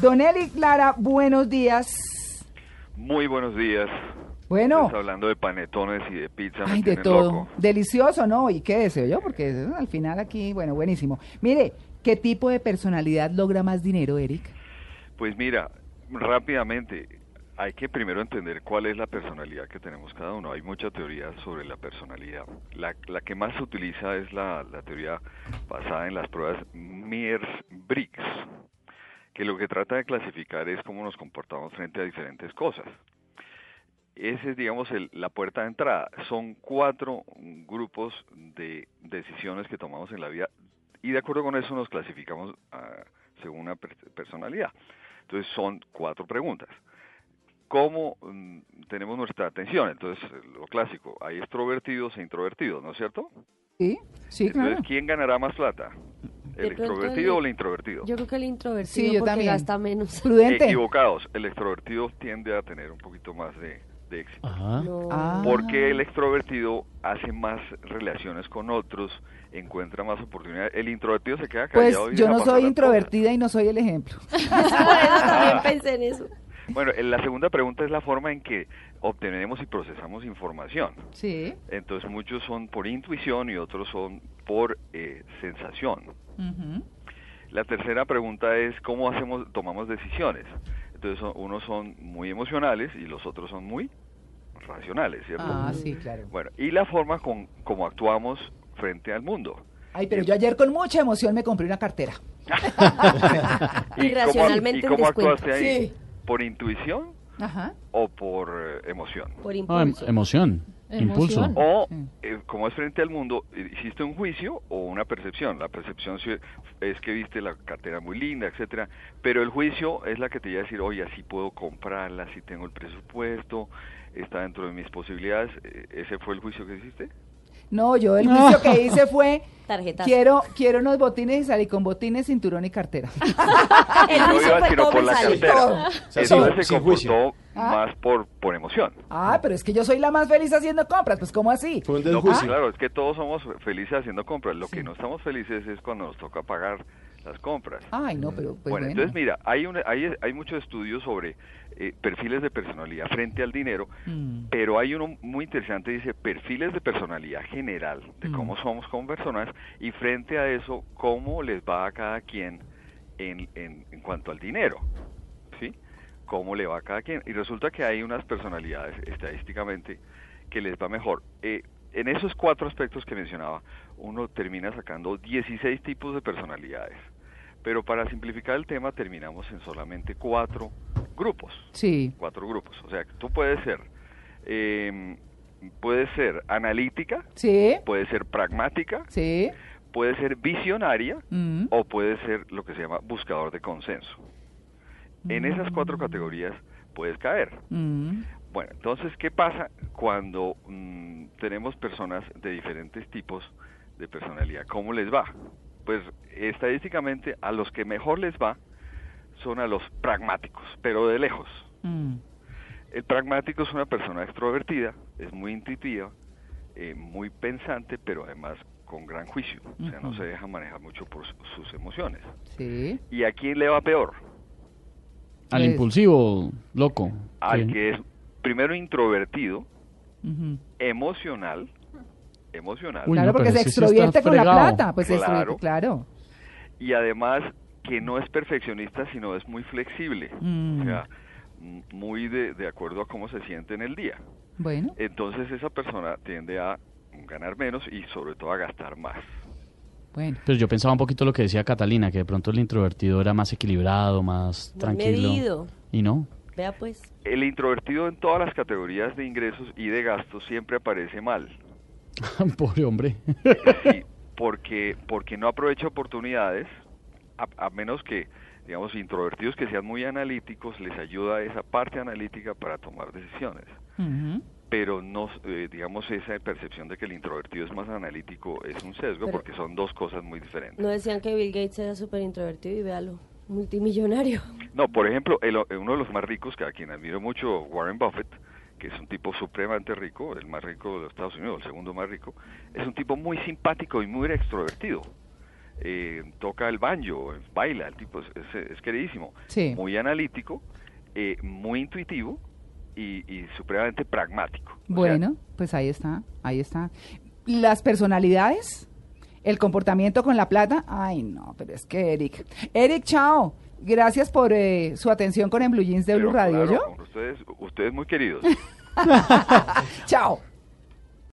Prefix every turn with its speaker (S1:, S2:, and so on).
S1: Don Eli Clara, buenos días.
S2: Muy buenos días.
S1: Bueno.
S2: Estás hablando de panetones y de pizza. Pues, me
S1: Ay, de
S2: tienen
S1: todo.
S2: loco.
S1: Delicioso, ¿no? Y qué deseo yo, porque eh, al final aquí, bueno, buenísimo. Mire, ¿qué tipo de personalidad logra más dinero, Eric?
S2: Pues mira, rápidamente, hay que primero entender cuál es la personalidad que tenemos cada uno. Hay mucha teoría sobre la personalidad. La, la que más se utiliza es la, la teoría basada en las pruebas Myers-Briggs, que lo que trata de clasificar es cómo nos comportamos frente a diferentes cosas. Esa es, digamos, el- la puerta de entrada. Son cuatro grupos de decisiones que tomamos en la vida y de acuerdo con eso nos clasificamos ah, según una per- personalidad. Entonces son cuatro preguntas. ¿Cómo mm, tenemos nuestra atención? Entonces, lo clásico, hay extrovertidos e introvertidos, ¿no es cierto?
S1: Sí, sí,
S2: Entonces,
S1: claro.
S2: ¿quién ganará más plata?
S3: De
S2: ¿El
S3: pronto el-
S2: extrovertido o el introvertido?
S3: Yo creo que el introvertido
S1: Sí, yo
S3: porque
S1: también.
S3: gasta menos.
S1: Prudente.
S2: Equivocados, el extrovertido tiende a tener un poquito más de, de éxito.
S4: Ajá.
S3: No.
S1: Ah.
S2: Porque el extrovertido hace más relaciones con otros, encuentra más oportunidades. El introvertido se queda
S1: Pues
S2: callado. y
S1: yo
S2: deja
S1: no
S2: pasar
S1: soy
S2: las
S1: introvertida y no soy el ejemplo.
S3: Bueno, también pensé en eso.
S2: cosas. Bueno, en la segunda pregunta es la forma en que obtenemos y procesamos información.
S1: Sí.
S2: Entonces muchos son por intuición y otros son por eh, sensación.
S1: ujú.
S2: La tercera pregunta es cómo hacemos, tomamos decisiones. Entonces son- unos son muy emocionales y los otros son muy racionales, ¿cierto?
S1: Ah, sí, claro.
S2: Bueno, y la forma con como actuamos frente al mundo.
S1: Ay, pero yo ayer con mucha emoción me compré una cartera.
S2: ¿Y cómo-
S3: Ah, Irracionalmente
S2: ¿Y
S3: en
S2: cómo
S3: descuento.
S2: actuaste ahí?
S1: Sí.
S2: ¿Por intuición
S1: Ajá.
S2: o por eh, emoción?
S3: Por
S4: No, em-
S3: impulso.
S4: emoción, impulso.
S2: O,
S1: Sí.
S2: eh, como es frente al mundo, eh, ¿hiciste un juicio o una percepción? La percepción sí es que viste la cartera muy linda, etcétera, pero el juicio es la que te lleva a decir, oye, así puedo comprarla, así tengo el presupuesto, está dentro de mis posibilidades. Eh, ¿Ese fue el juicio que hiciste?
S1: No, yo el juicio que hice fue
S4: em,
S3: Tarjetazo.
S1: quiero quiero unos botines y salí con botines, cinturón y cartera.
S3: Ah, El
S2: No
S3: juicio
S2: iba
S3: fue
S2: sino por
S3: cómo
S2: la
S3: sale.
S2: cartera.
S5: O sea, sin-
S2: Entonces se
S5: sin juicio.
S2: comportó
S1: Ah.
S2: más por, por emoción.
S1: Ah, pero es que yo soy la más feliz haciendo compras, pues ¿cómo así?
S5: Fue un
S2: No, pues
S5: desjuicio.
S2: claro, es que todos somos felices haciendo compras. Lo que no estamos felices es cuando nos toca pagar las compras.
S1: Ay, no, pero pues bueno.
S2: bueno, entonces mira, hay, una- hay, hay muchos estudios sobre eh, perfiles de personalidad frente al dinero,
S1: Mm.
S2: pero hay uno muy interesante, dice perfiles de personalidad general, de
S1: Mm.
S2: cómo somos como personas, y frente a eso, cómo les va a cada quien en, en, en cuanto al dinero, ¿sí? Cómo le va a cada quien. Y resulta que hay unas personalidades estadísticamente que les va mejor. Eh, en esos cuatro aspectos que mencionaba, uno termina sacando 16 tipos de personalidades. Pero para simplificar el tema, terminamos en solamente cuatro grupos
S1: Sí.
S2: cuatro grupos. O sea, tú puedes ser, eh, puedes ser analítica,
S1: Sí.
S2: puedes ser pragmática,
S1: Sí.
S2: puedes ser visionaria
S1: Mm.
S2: o puedes ser lo que se llama buscador de consenso. En esas cuatro categorías puedes caer.
S1: Mm.
S2: Bueno, entonces, ¿qué pasa cuando mm, tenemos personas de diferentes tipos de personalidad? ¿Cómo les va? Pues estadísticamente a los que mejor les va son a los pragmáticos, pero de lejos.
S1: Mm.
S2: El pragmático es una persona extrovertida, es muy intuitiva, eh, muy pensante, pero además con gran juicio. O sea, no
S1: Ujú.
S2: se deja manejar mucho por su- sus emociones.
S1: Sí.
S2: ¿Y a quién le va peor?
S4: Al
S1: Es-
S4: impulsivo, loco.
S2: Al
S4: Sí.
S2: que es primero introvertido,
S1: Ujú.
S2: emocional, emocional,
S4: Uy,
S1: claro,
S4: no,
S1: porque
S4: pero
S1: se
S4: ese sí
S1: extrovierte
S4: está
S1: con la
S4: fregado.
S1: plata, pues se
S2: Claro.
S1: extrovierte, claro.
S2: y además que no es perfeccionista, sino es muy flexible.
S1: Mm.
S2: O sea, m- muy de- de acuerdo a cómo se siente en el día.
S1: Bueno,
S2: Entonces esa persona tiende a ganar menos y sobre todo a gastar más.
S1: bueno.
S4: Pero Pues yo pensaba un poquito lo que decía Catalina, que de pronto el introvertido era más equilibrado, más
S3: Más
S4: tranquilo.
S3: medido.
S4: Y no.
S3: Vea pues.
S2: El introvertido en todas las categorías de ingresos y de gastos siempre aparece mal.
S4: Pobre hombre.
S2: Sí, porque, porque no aprovecha oportunidades, a, a menos que, digamos, introvertidos que sean muy analíticos, les ayuda esa parte analítica para tomar decisiones.
S1: Ujú.
S2: Pero no, eh, digamos, esa percepción de que el introvertido es más analítico es un sesgo
S3: Pero-
S2: porque son dos cosas muy diferentes.
S3: No decían que Bill Gates era súper introvertido y véalo. Multimillonario.
S2: No, por ejemplo, el- eh, uno de los más ricos, que a quien admiro mucho, Warren Buffett, que es un tipo supremamente rico, el más rico de los Estados Unidos, el segundo más rico, es un tipo muy simpático y muy extrovertido. eh, toca el banjo, baila, el tipo es, es, es queridísimo.
S1: Sí.
S2: Muy analítico, eh, muy intuitivo y, y supremamente pragmático. O sea,
S1: Bueno, pues ahí está, ahí está. Las personalidades, el comportamiento con la plata. Ay, no, pero es que Eric. Eric, chao. Gracias por eh, su atención con En Blue Jeans de
S2: pero
S1: Blue Radio.
S2: claro,
S1: ¿yo?
S2: Ustedes, ustedes muy queridos.
S1: Chao.